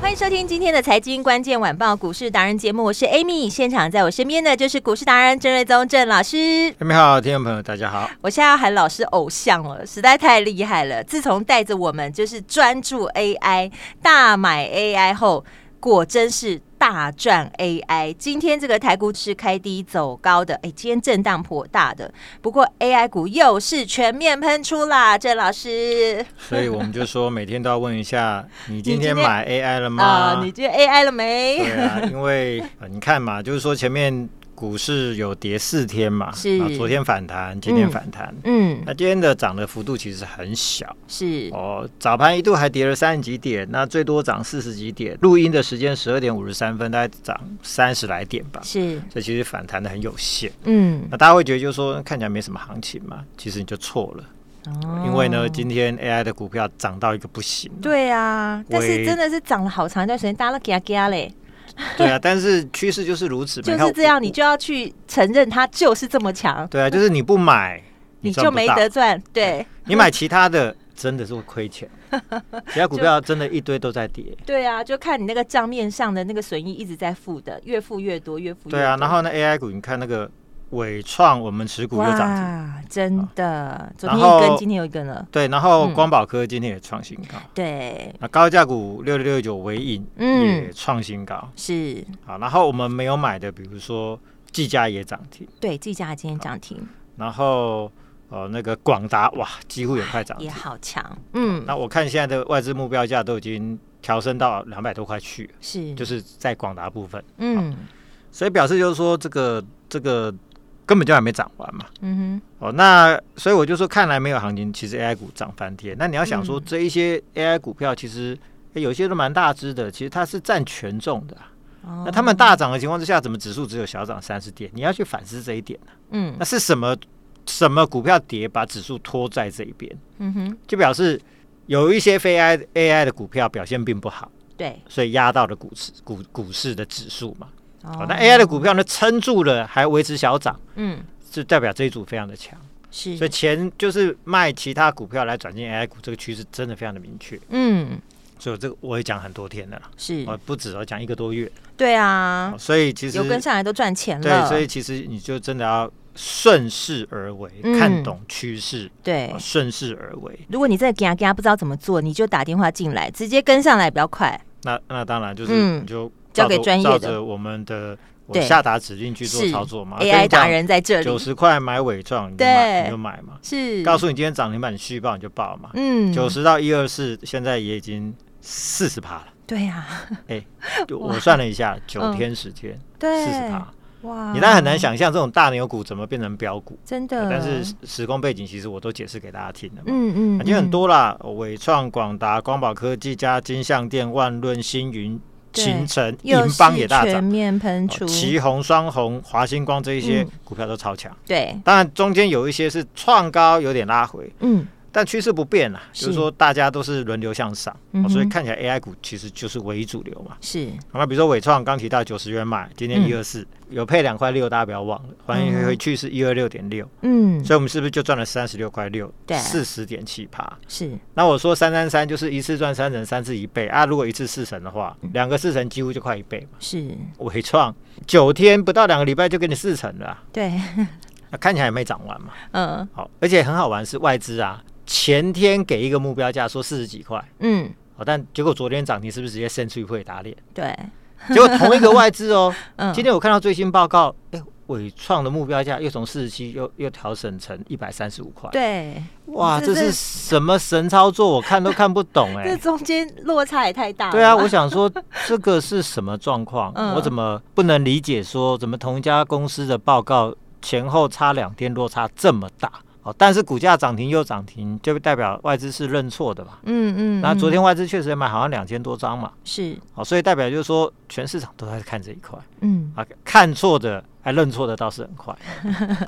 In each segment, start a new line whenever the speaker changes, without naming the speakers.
欢迎收听今天的财经关键晚报股市达人节目，我是 Amy，现场在我身边的就是股市达人郑瑞宗郑老师。
哎你们好，听众朋友，大 家好。
我现在要喊老师偶像了，实在太厉害了。自从带着我们就是专注 AI、大买 AI 后，果真是大赚 AI。今天这个台股是开低走高的，哎，今天震荡颇大的，不过 AI 股又是全面喷出啦，郑老师。
所以我们就说，每天都要问 一下，你今
今天
天买 AI 了
啊、
吗？
你觉得 AI 了没？
对啊，因为、呃你看嘛，就是说前面股市有跌四天嘛，
是
啊昨天反弹，今天反弹。
嗯，
那今天的涨的幅度其实很小
是
哦，早盘一度还跌了三十几点，那最多涨四十几点。录音的时间十二点五十三分，大概涨三十来点吧，
是，
所以其实反弹的很有限。
嗯，
那大家会觉得就是说看起来没什么行情嘛，其实你就错了。因为呢，
哦
今天 AI 的股票涨到一个不行。
对啊，但是
喂
真的是涨了好长一段时间，大家都给它给它嘞，
对啊，但是趋势就是如此嘛，
就
你看
是这样，
我
你就要去承认它就是这么强，
对啊，就是你不买，
你
赚
就
不
没
到哎
得，赚。对，
你买其他的真的是会亏钱，其他股票真的一堆都在跌。
对啊，就看你那个账面上的那个损益一直在付的，越付越多，越付越多。
对啊，然后呢，AI 股你看那个伟创，我们持股又涨停，啊
哇，真的，昨天
然后
一根，今天又一根了。
对，然后
嗯
光宝科今天也创新高，
对，
那高价股六六六九微影
嗯
也创新高。
是，
好，然后我们没有买的，比如说技嘉也涨停，
对，技嘉今天涨停
然后呃那个广达哇，几乎也快涨
也
停。
好强，嗯，
那我看现在的外资目标价都已经调升到两百多块去了，
是，
就是在广达部分，
嗯
所以表示就是说这个这个根本就还没涨完嘛。
嗯
哦，那所以我就说，看来没有行情，其实 AI 股涨翻天。那你要想说，
嗯
这一些 AI 股票其实、诶有些都蛮大只的，其实它是占权重的啊、
哼，哦
那他们，大涨的情况之下，怎么指数只有小涨三十点？你要去反思这一点、啊
嗯
那是什么什么股票跌把指数拖在这一边？
嗯哼，
就表示有一些非 AI AI 的股票表现并不好，
对，
所以压到了股市股股市的指数嘛。好、
哦
那 AI 的股票呢撑住了，还维持小涨，
嗯，
就代表这一组非常的强。
是，
所以钱就是卖其他股票来转进 AI 股，这个趋势真的非常的明确。
嗯，
所以我这个我也讲很多天的啦，
是
我，不止我讲一个多月。
对啊
好，所以其
嗯
实
有跟上来都赚钱了，
对，所以其实你就真的要顺势而为，
嗯
看懂趋势，
对
哦顺势而为。
如果你在给他给他不知道怎么做，你就打电话进来，直接跟上来比较快。
那那当然就是
嗯
你就
交
照着
给专业的
照着我们的我
对
下达指令去做
是
操作嘛。
AI 达人在这
九
里
十块买伟创，你就买
对
你就买嘛。
是
告诉你今天涨停板你续报你就报嘛。
嗯
九十到一二四，现在也已经四 十趴了。哎
对啊呀、
就
哇
我算了一下，九
嗯
天时间
对啊
四十趴，
哇
你大概很难想象这种大牛股怎么变成标股。
真的，
但是时空背景其实我都解释给大家听了嘛。
嗯嗯，
已经啊很
嗯
多啦，伟创、广达、光宝科技、加金相电、万润、星云、
对
秦城、银
又
邦
是
也大涨
全。面喷
哦
出，
旗红、双红、华星光这一些
嗯
股票都超强。
对，
当然，中间有一些是创高有点拉回，
嗯
但趋势不变啦，
是
就是说大家都是轮流向上、
嗯
哦，所以
哼
看起来 AI 股其实就是唯一主流嘛。
是，
好那比如说伟创刚提到九十元买，今天
嗯
一二四有配两块六，大家不要忘了，还原回去是一二六点六，
嗯
所以我们是不是就赚了三十六块六
对，
四十点七趴？
是
那我说三三三就是一次赚三成，三次一倍啊，如果一次四成的话，两个四成几乎就快一倍嘛。
是，
伟创九天不到两个礼拜就给你四成了啊、
对，
那看起来也没涨完嘛。
嗯
好，而且很好玩是外资啊，前天给一个目标价说四十几块，
嗯
好，但结果昨天涨停是不是直接伸出一会打脸？
对，
结果同一个外资哦
，嗯
今天我看到最新报告，哎、伟创的目标价又从四十七又又调整成一百三十五块，
对，
哇，
这
这是什么神操作？我看都看不 懂哎、
这中间落差也太大了。
对啊，我 想说这个是什么状况？
嗯
我怎么不能理解说怎么同一家公司的报告前后差两天落差这么大？哦，但是股价涨停又涨停，就代表外资是认错的嘛？
嗯，嗯嗯，嗯
那昨天外资确实也买好像两千多张嘛，
是，
哦，所以代表就是说全市场都在看这一块
嗯，
啊，看错的还认错的倒是很快，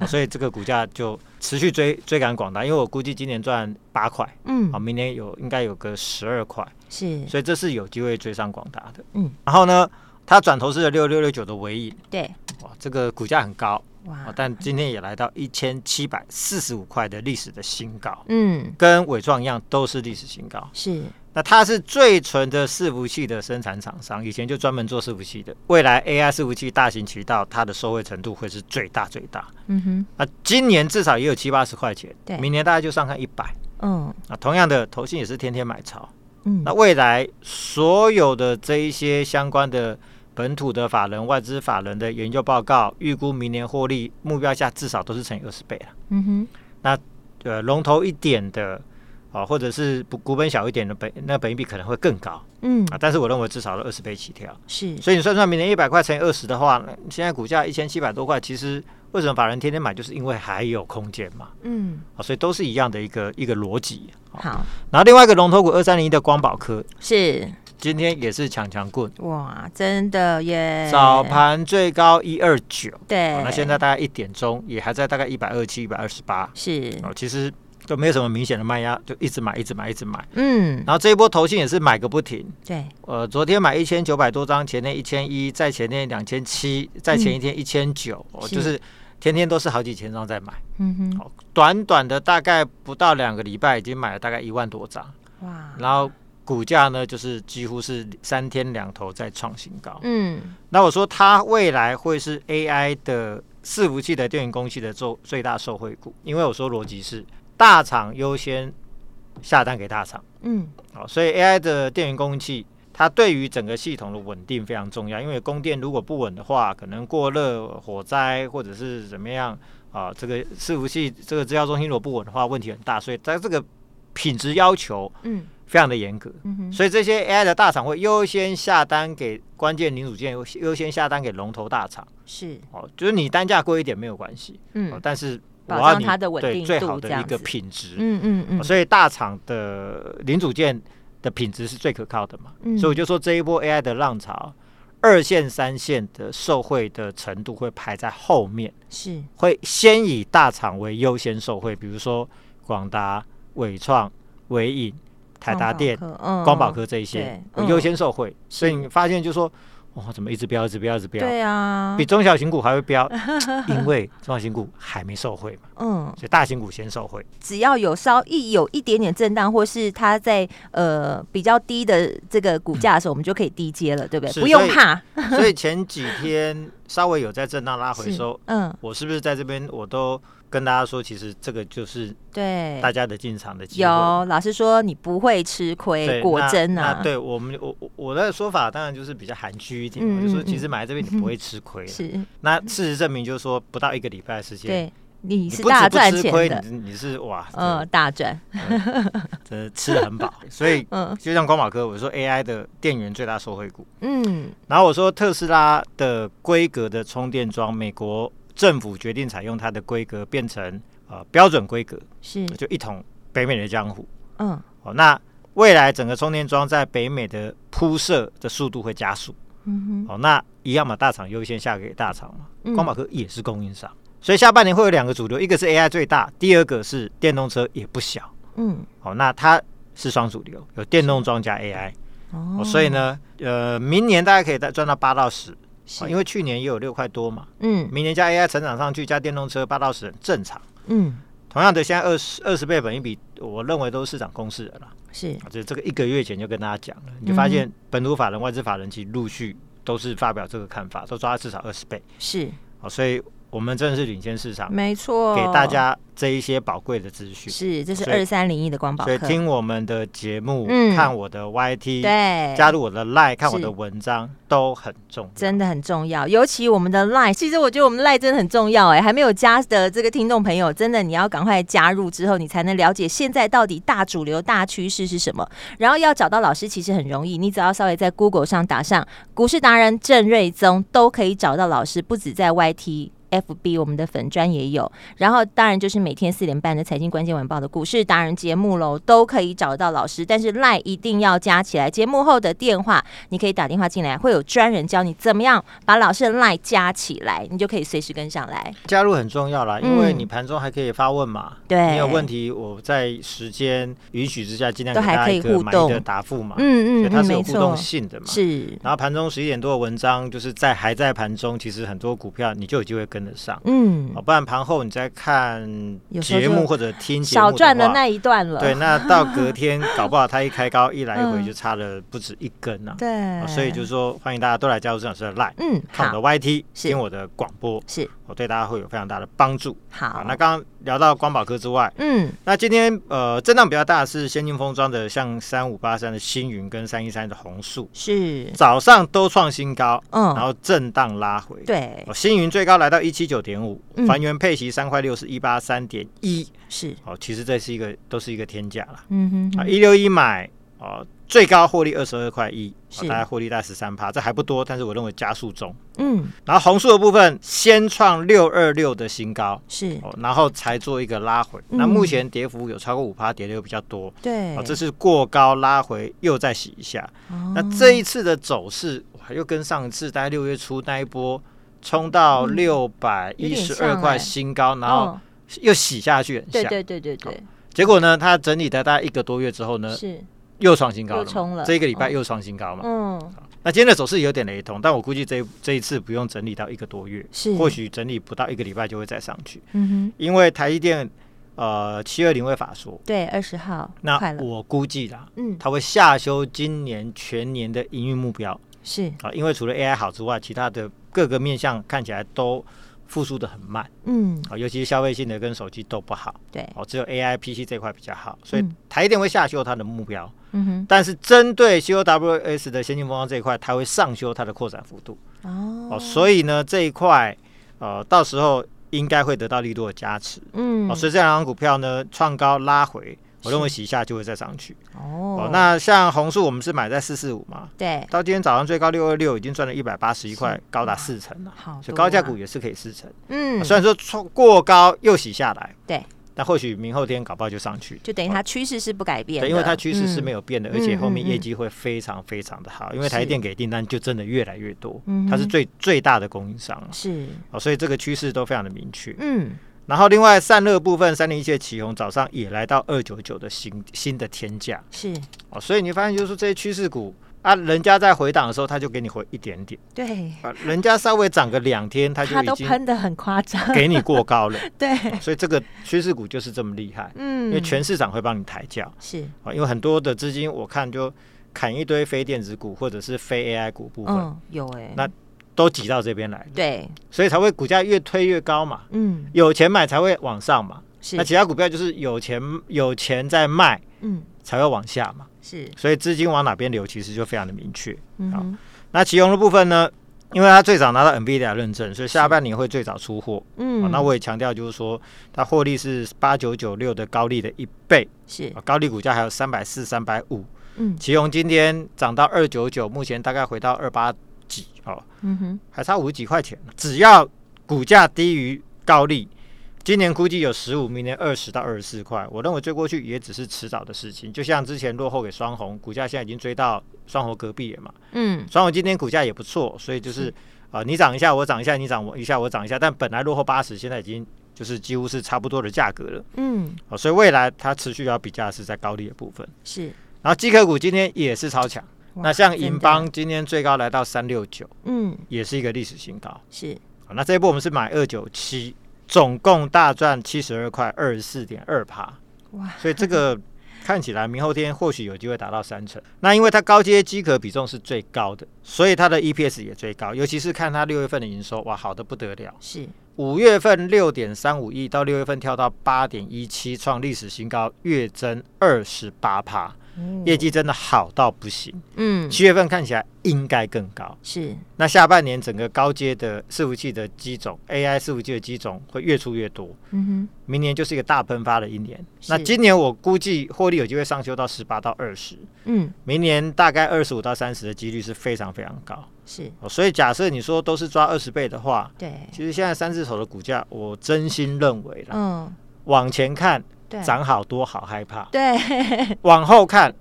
哦所以这个股价就持续追追赶广达，因为我估计今年赚八块，
嗯
啊，，明年有应该有个十二块。
是，
所以这是有机会追上广达的。
嗯，
然后呢，它转投资了六六六九的尾影，
对，
哇，这个股价很高，
哇
哦，，但今天也来到一千七百四十五块的历史的新高，
嗯，
跟伟创一样都是历史新高。
是，
那它是最纯的伺服器的生产厂商，以前就专门做伺服器的，未来 AI 伺服器大行其道，它的收惠程度会是最大最大。
嗯哼，
那今年至少也有七八十块钱
对，
明年大概就上看一百。
嗯
啊，同样的，投信也是天天买超。
嗯
那未来所有的这一些相关的本土的法人、外资法人的研究报告，预估明年获利目标价至少都是乘以二十倍了。
嗯哼，
呃，龙头一点的。啊，或者是股股本小一点的本，那本益比可能会更高
嗯，
啊，但是我认为至少要二十倍起跳，
是，
所以你算算明年一百块乘以二十的话，那现在股价一千七百多块，其实为什么法人天天买，就是因为还有空间嘛，
嗯，
啊，所以都是一样的一个一个逻辑。啊
好，
然后另外一个龙头股二三零一的光宝科，
是，
今天也是强强棍，
哇，真的耶，
早，盘最高一二九，哦
对，
那现在大概一点钟也还在大概一百二七、一百二十八，
是，
哦，其实都没有什么明显的卖压，就一直买、一直买、一直买。
嗯，
然后这一波投信也是买个不停，
对，
呃，昨天买一千九百多张，前天一千一，再前天两千七，再前一天一千九，哦，
嗯是
就是天天都是好几千张在买，
嗯哼，
哦，短短的大概不到两个礼拜，已经买了大概一万多张，
哇，
然后股价呢就是几乎是三天两头在创新高，
嗯，
那我说它未来会是 AI 的伺服器的电源供气的最最大受惠股，因为我说逻辑是大厂优先下单给大厂，
嗯，
好、所以 AI 的电源供气它对于整个系统的稳定非常重要，因为供电如果不稳的话，可能过热、火灾或者是怎么样啊，这个伺服器这个资料中心如果不稳的话，问题很大，所以在这个品质要求
嗯，
非常的严格。
嗯哼，
所以这些 AI 的大厂会优先下单给关键零组件，优优先下单给龙头大厂。
是，
哦，就是你单价贵一点没有关系，哦
嗯，
但是我
保
要
障
你
它的稳定
对最好
度
的
这样
一个
子
品质、
嗯嗯
哦
嗯，
所以大厂的零组件的品质是最可靠的嘛。
嗯
所以我就说这一波 AI 的浪潮，二线、三线的受惠的程度会排在后面，
是，
会先以大厂为优先受惠，比如说广达、伟创、伟影、台达电、
嗯，
光宝科这一些
对
我
嗯
优先受惠，所以你发现就说，哇，怎么一直飙，一直飙，一直飙，
对啊
比，中小型股还会 飙，因为中小型股还没受惠嘛，
嗯，
所以大型股先受 惠。
只要有稍一有一点点震荡，或是它在呃比较低的这个股价的时候，我们就可以低接了，对不对？
是
不用
所以
怕，
所以前几天稍微有在震荡拉回的时候，
嗯，
我是不是在这边我都跟大家说，其实这个就是
对
大，家的进场的机
有
会。
老师说你不会吃亏，
对，
果
那
真
那
啊，
对我们，我我我的说法当然就是比较含蓄一点嘛，
嗯
就说
嗯
其实
嗯
买在这边你不会吃亏啦。
是，
那事实证明，就是说不到一个礼拜的时间，
对，你
你
是
不
大
止不
赚
吃
钱
亏
的，
你你是哇，
嗯，
嗯，
大赚，
这吃的很饱，所以
嗯
就像光宝科，我说 AI 的电源最大受惠股，
嗯，
然后我说特斯拉的规格的充电桩，美国政府决定采用它的规格变成呃标准规格，
是，
就一桶北美的江湖。
嗯
哦，那未来整个充电桩在北美的铺设的速度会加速。
嗯
哦，那一样嘛，大厂优先下给大厂嘛，
嗯
光宝科也是供应商，所以下半年会有两个主流，一个是 AI 最大，第二个是电动车也不小。
哼，嗯，
哦，那它是双主流，有电动装加 AI，、
哦
哦、所以，呢，呃，明年大家可以再赚到八到十、
是
哦，因为去年也有六块多嘛，
嗯
明年加 AI 成长上去，加电动车八到十很正常。
嗯
同样的，现在二十二十倍本一比，我认为都是市场公式的啦。啊
是，
这这个一个月前就跟大家讲了，你就发
嗯
现本土法人、外资法人其实陆续都是发表这个看法，都抓至少二十倍。
是，
哦，所以我们真的是领先市场，
没错，
给大家这一些宝贵的资讯。
是这是
所以
二三零一的光宝
所以
课，
听我们的节目，
嗯
看我的 YT，
对，
加入我的 Line，看我
是
的文章都很重要。
真的很重要，尤其我们的 Line，其实我觉得我们 Line 真的很重要哎、还没有加的这个听众朋友，真的你要赶快加入之后，你才能了解现在到底大主流、大趋势是什么。然后要找到老师其实很容易，你只要稍微在 Google 上打上“股市达人郑瑞宗”，都可以找到老师，不止在 YT。FB 我们的粉专也有，然后当然就是每天四点半的财经关键晚报的股市达人节目喽，都可以找到老师，但是 Line 一定要加起来。节目后的电话你可以打电话进来，会有专人教你怎么样把老师的 Line 加起来，你就可以随时跟上来。
加入很重要啦，因为
嗯
你盘中还可以发问嘛，
对
你有问题，我在时间允许之下，尽量给
都还
大家一
可以
个
互
满
动
意的答复嘛，所
嗯
以
嗯
它
嗯，
是有
没
互动
错，
性的嘛。
是，
然后盘中十一点多的文章，就是在还在盘中，其实很多股票你就有机会跟得上。
嗯
哦，，不然盘后你再看
有时候
节
就
目或者听节目
少
的
赚了
话
那一段了。
对，那到隔天搞不好它一开高一来一 回
嗯
就差了不止一根啊。
对
哦所以就是说欢迎大家都来加入郑老师的 Line，
嗯，
看
好
我的 YT，
是
听我的广播，
是
我对大家会有非常大的帮助。
好
好，，那刚刚聊到光宝科之外，
嗯
那今天呃震荡比较大的是先进封装的，像三五八三的星云跟三一三的红树，
是
早上都创新高，然
嗯
后震荡拉回。
对
哦，星云最高来到一七九点五
嗯，
还原配息三块六是一八三点一，
是
哦，其实这是一个都是一个天价啦。
嗯哼
啊，
哼
一六一买哦，最高获利二十二块一，哦
是
大概获利大概十三趴，这还不多，但是我认为加速中。
嗯
然后红树的部分先创六二六的新高。
是
哦，然后才做一个拉回。
嗯
那目前跌幅有超过五趴，跌的又比较多。
对哦
哦，这是过高拉回，又再洗一下。那这一次的走势，哇，又跟上次大概六月初那一波冲到
嗯
六百
有
一
点
十
像
二
欸
块新高，然后
哦
又洗下去，很
对
像。
对对对对
结果呢，它整理了大概一个多月之后呢，
是
又创新高
又冲了
这一个礼拜
嗯
又创新高嘛。
嗯
那今天的走势有点雷同，但我估计这一这一次不用整理到一个多月，
是
或许整理不到一个礼拜就会再上去，
嗯哼
因为台积电呃七二零会法说，
对二十号
那
快了
我估计啦，
嗯
它会下修今年全年的营运目标
是
啊、因为除了 AI 好之外，其他的各个面向看起来都复苏的很慢
嗯
啊、尤其是消费性的跟手机都不好
对
哦，只有 AI PC 这块比较好，所以
嗯
台积电会下修它的目标。
嗯
但是针对 COWS 的先进封装这一块，它会上修它的扩展幅度
哼
哦，
哦
所以呢这一块呃到时候应该会得到力度的加持、
嗯
哦，所以这两档股票呢创高拉回，
是
我认为洗一下就会再上去哦
哦
那像红树我们是买在四四五嘛，
对
到今天早上最高六二六已经赚了一百八十一块，高达四成了，
好
所以
多
高价
啊
股也是可以四成，哦
嗯
虽然说创过高又洗下来，
对，
但或许明后天搞不好就上去，哦
就等于它趋势是不改变的，
对，因为它趋势是没
有，
有变的，
嗯
而且后面
嗯嗯
业绩会非常非常的好，因为台积
是
电给订单就真的越来越多
嗯，哼
它是最最大的供应商了、
嗯是
哦，所以这个趋势都非常的明确。
嗯
然后另外散热部分，三零一七的旗宏早上也来到二九九的新新的天价
是
哦，所以你发现就是说这些趋势股啊，人家在回档的时候，它就给你回一点点
对，
啊，人家稍微涨个两天，它就
它
已
都
经
喷的很夸张，
给你过高 了，
对，
所以这个趋势股就是这么厉害，
嗯，
因为全市场会帮你抬价。
是
啊，因为很多的资金我看就砍一堆非电子股或者是非 AI 股部分，
嗯有哎，
那都挤到这边来，
对，
所以才会股价越推越高嘛，
嗯
有钱买才会往上嘛。
是
那，其他股票就是有钱有钱在卖
嗯
才会往下嘛，
是，
所以资金往哪边流其实就非常的明确。
嗯
好
哼
那其中的部分呢？因为它最早拿到 NVIDIA 认证，所以下半年会最早出货。
嗯
啊，那我也强调，就是说它获利是八九九六的高利的一倍，
是
啊，高利股价还有三百四、三百五，
嗯
奇宏今天涨到二九九，目前大概回到二八几哦，
嗯哼
还差五几块钱。只要股价低于高利，今年估计有十五，明年二十到二十四块。我认为追过去也只是迟早的事情。就像之前落后给双红，股价现在已经追到双红隔壁了嘛。
嗯
双红今天股价也不错，所以就是啊、呃你涨一下我涨一下，你涨我一下我涨一下，但本来落后八十，现在已经就是几乎是差不多的价格了。
嗯
哦，所以未来它持续要比价的是在高利的部分。
是，
然后基科股今天也是超强，
哇
那像
真的
银邦今天最高来到三六九，
嗯
也是一个历史新高。
是
好那这一波我们是买二九七，总共大赚七十二块二十四点二趴，
哇
所以这个看起来明后天或许有机会达到三成。那因为它高阶机壳比重是最高的，所以它的 EPS 也最高，尤其是看它六月份的营收，哇，好的不得了。
是
五月份六点三五亿到六月份跳到八点一七，创历史新高，月增二十八趴，业绩真的好到不行。
嗯
七月份看起来应该更高。
是
那下半年整个高阶的伺服器的机种，AI 伺服器的机种会越出越多，
嗯
明年就是一个大喷发的一年。
是
那今年我估计获利有机会上修到十八到二十，
哼嗯
明年大概二十五到三十的几率是非常非常高。
是
哦所以假设你说都是抓二十倍的话，
对
其实现在三字头的股价，我真心认为啦，
嗯
往前看
对
涨好多好害怕，
对
往后看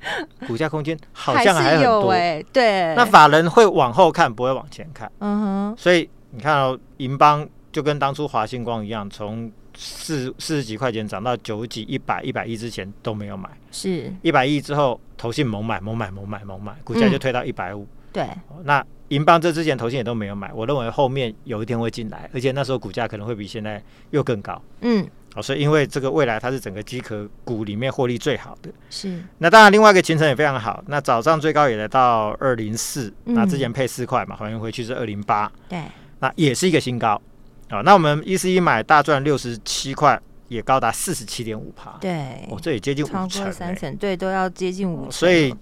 股价空间好像还
是
很
有
多。
哎对
那法人会往后看，不会往前看。
嗯哼
所以你看哦，银邦就跟当初华星光一样，从四四十几块钱涨到九几、一百、一百一之前都没有买，
是
一百一之后投信猛买、猛买、猛买、猛买，股价就推到一百五。
对
那银邦这之前投信也都没有买，我认为后面有一天会进来，而且那时候股价可能会比现在又更高。
嗯
哦，所以因为这个未来它是整个机壳股里面获利最好的，
是
那当然另外一个行程也非常好。那早上最高也来到二零四，那
嗯
之前配四块嘛，还原回去是二零八，
对
那也是一个新高。哦，那我们一四一买大赚六十七块，也高达四十七点五趴，
对
哦，这也接近五
超
成、
过三
欸，
成对都要接近五成
哦
了，
所以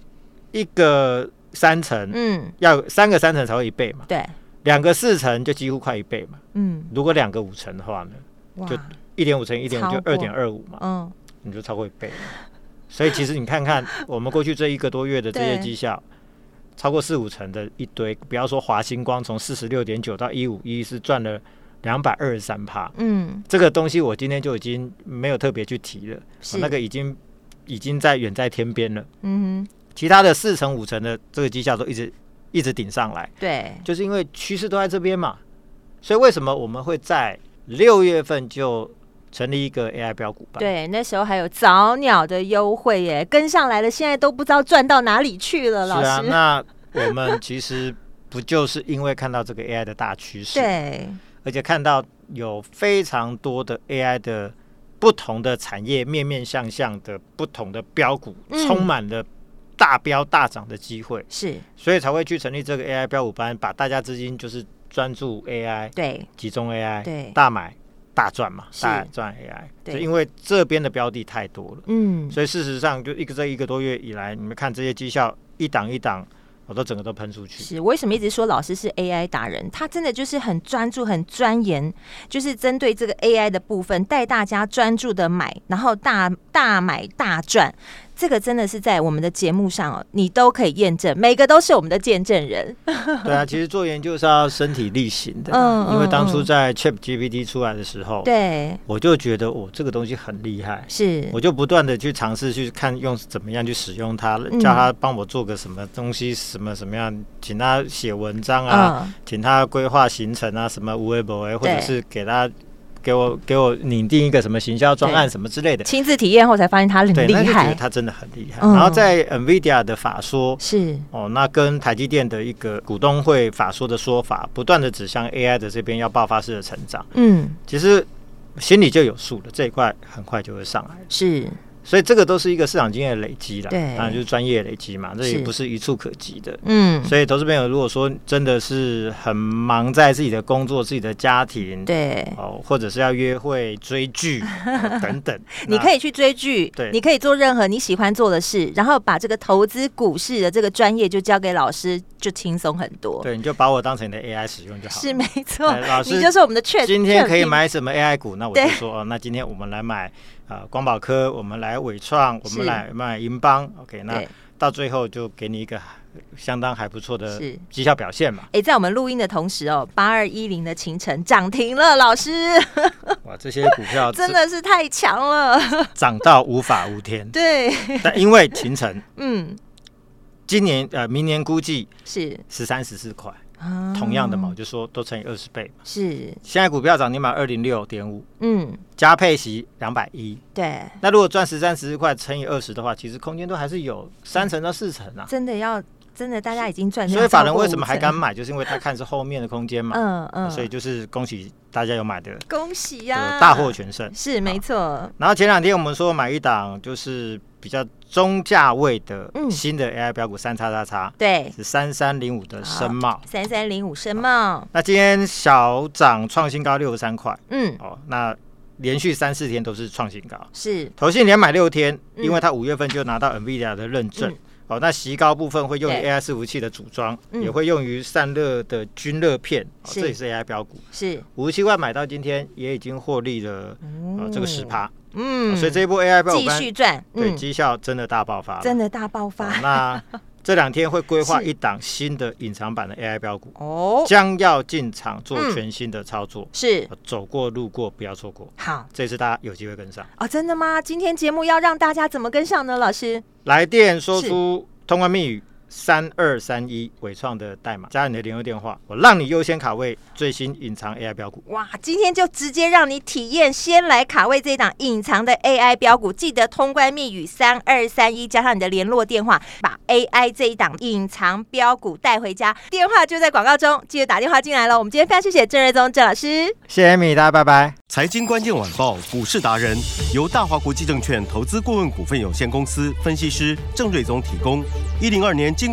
一个三成、
嗯
要三个三成才会一倍嘛，
对
两个四成就几乎快一倍嘛。
嗯
如果两个五成的话呢，
哇
就一点五乘一点五就
超过
二点二五嘛，
嗯
你就超过一倍了。所以其实你看看 我们过去这一个多月的这些
对
绩效，超过四五成的一堆，不要说华星光从四十六点九到一五一是赚了两百二十三趴，
嗯
这个东西我今天就已经没有特别去提了，哦
是
那个已经已经在远在天边了。
嗯
其他的四成五成的这个绩效都一直一直顶上来
哼，对
就是因为趋势都在这边嘛。所以为什么我们会在六月份就成立一个 AI 标股班？
对，那时候还有早鸟的优惠耶，跟上来了，现在都不知道赚到哪里去了，老
是啊，
师。
那我们其实不就是因为看到这个 AI 的大趋 势，
对，
而且看到有非常多的 AI 的不同的产业面面向向的不同的标股，
嗯
充满了大标大涨的机会，
是，
所以才会去成立这个 AI 标股班，把大家资金就是专注 AI、
对，
集中 AI、
对
大买大赚嘛，
是
大赚 AI，
对
就因为这边的标的太多了。
嗯，
所以事实上，就一个这一个多月以来，你们看这些绩效一档一档，我都整个都喷出去。
是。为什么一直说老师是 AI 达人？他真的就是很专注、很钻研，就是针对这个 AI 的部分，带大家专注的买，然后大大买大赚。这个真的是在我们的节目上哦，你都可以验证，每个都是我们的见证人。
对啊，其实做研究是要身体力行的啦，
嗯
因为当初
嗯
在 Chat GPT 出来的时候，
对，
我就觉得我这个东西很厉害。
是
我，就不断的去尝试去看用怎么样去使用它，
嗯
叫他帮我做个什么东西，什么什么样，请他写文章啊，
嗯，
请他规划行程啊，什么无为不为，或者
对
是给他给我给我拟定一个什么行销专案
对
什么之类的。
亲自体验后才发现他很
对，
厉
那就觉得
害，
他真的很厉害。
嗯
然后在 NVIDIA 的法说，
是，
哦，那跟台积电的一个股东会法说的说法，不断的指向 AI 的这边要爆发式的成长，
嗯，
其实心里就有数了，这一块很快就会上来。
是，
所以这个都是一个市场经验的累积啦，
对
当然就是专业累积嘛，这也
是
不是一触可及的。
嗯，
所以，投资朋友如果说真的是很忙在自己的工作、自己的家庭，
对。
哦，或者是要约会、追剧、 哦等等，
你
那
可以去追剧，
对
你可以做任何你喜欢做的事，然后把这个投资股市的这个专业就交给老师，就轻松很多。
对，你就把我当成你的 AI 使用就好了。
是没错
对老，师
你就是我们的确。
今天
确
可以
定
买什么 AI 股？那我就
对
说哦，那今天我们来买呃光宝科，我们来伟创，我
是
们来买银邦。OK，那
对
到最后就给你一个相当还不错的
是
绩效表现嘛。
哎，在我们录音的同时哦，八二一零的秦晨涨停了，老 师
哇，这些股票
真的是太强了。。
涨到无法无天
对，
但因为秦城
嗯，
今年呃明年估计
是
十三十四块，
啊
同样的嘛，我就说都乘以二十倍嘛。
是，
现在股票涨停板二零六点五，
嗯，
加配息两百一。
对，
那如果赚十三十四块乘以二十的话，其实空间都还是有三成到四成啊。
真的要真的，大家已经赚钱，
所以法人为什么还敢？买， 就是因为他看是后面的空间嘛。啊
嗯嗯，
所以就是恭喜大家有买的，
恭喜
就
呀，
大获全胜。
是没错，
然后前两天我们说买一档就是比比较中价位的
嗯
新的 AI 标股三叉叉叉，
对，
是三三零五的深茂。
三三零五声茂，
那今天小涨创新高六十三块
嗯，
哦，那连续三四天都是创新高。
是
投信连买六天，
嗯
因为它五月份就拿到 NVIDIA 的认证。
嗯
哦，那席高部分会用于
对
AI 伺服器的组装，
嗯
也会用于散热的均热片，哦、
是
这也是 AI 标股。
是，
五十七块买到今天也已经获利了，呃，这个十趴、
嗯
所以这一波 AI 标股
继
班
续赚，
对啊
嗯，
绩效真的大爆发了，
真
的、
的大爆发
那 这两天会规划
是
一档新的隐藏版的 AI 标股，
哦，
将要进场做
嗯
全新的操作，
是
呃走过路过不要错过，
好
这次大家有机会跟上。
哦，真的吗？今天节目要让大家怎么跟上呢？老师，
来电说
是
出通关密语三二三一，伟创的代码加你的联络电话，我让你优先卡位最新隐藏 AI 标股。
哇，今天就直接让你体验，先来卡位这一档隐藏的 AI 标股，记得通关密语三二三一，加上你的联络电话，把 AI 这一档隐藏标股带回家。电话就在广告中，记得打电话进来了。我们今天非常谢谢郑瑞宗郑老师。
谢谢米，大家拜拜。
财经关键晚报股市达人由大华国际证券投资顾问股份有限公司分析师郑瑞宗提供。一零二年经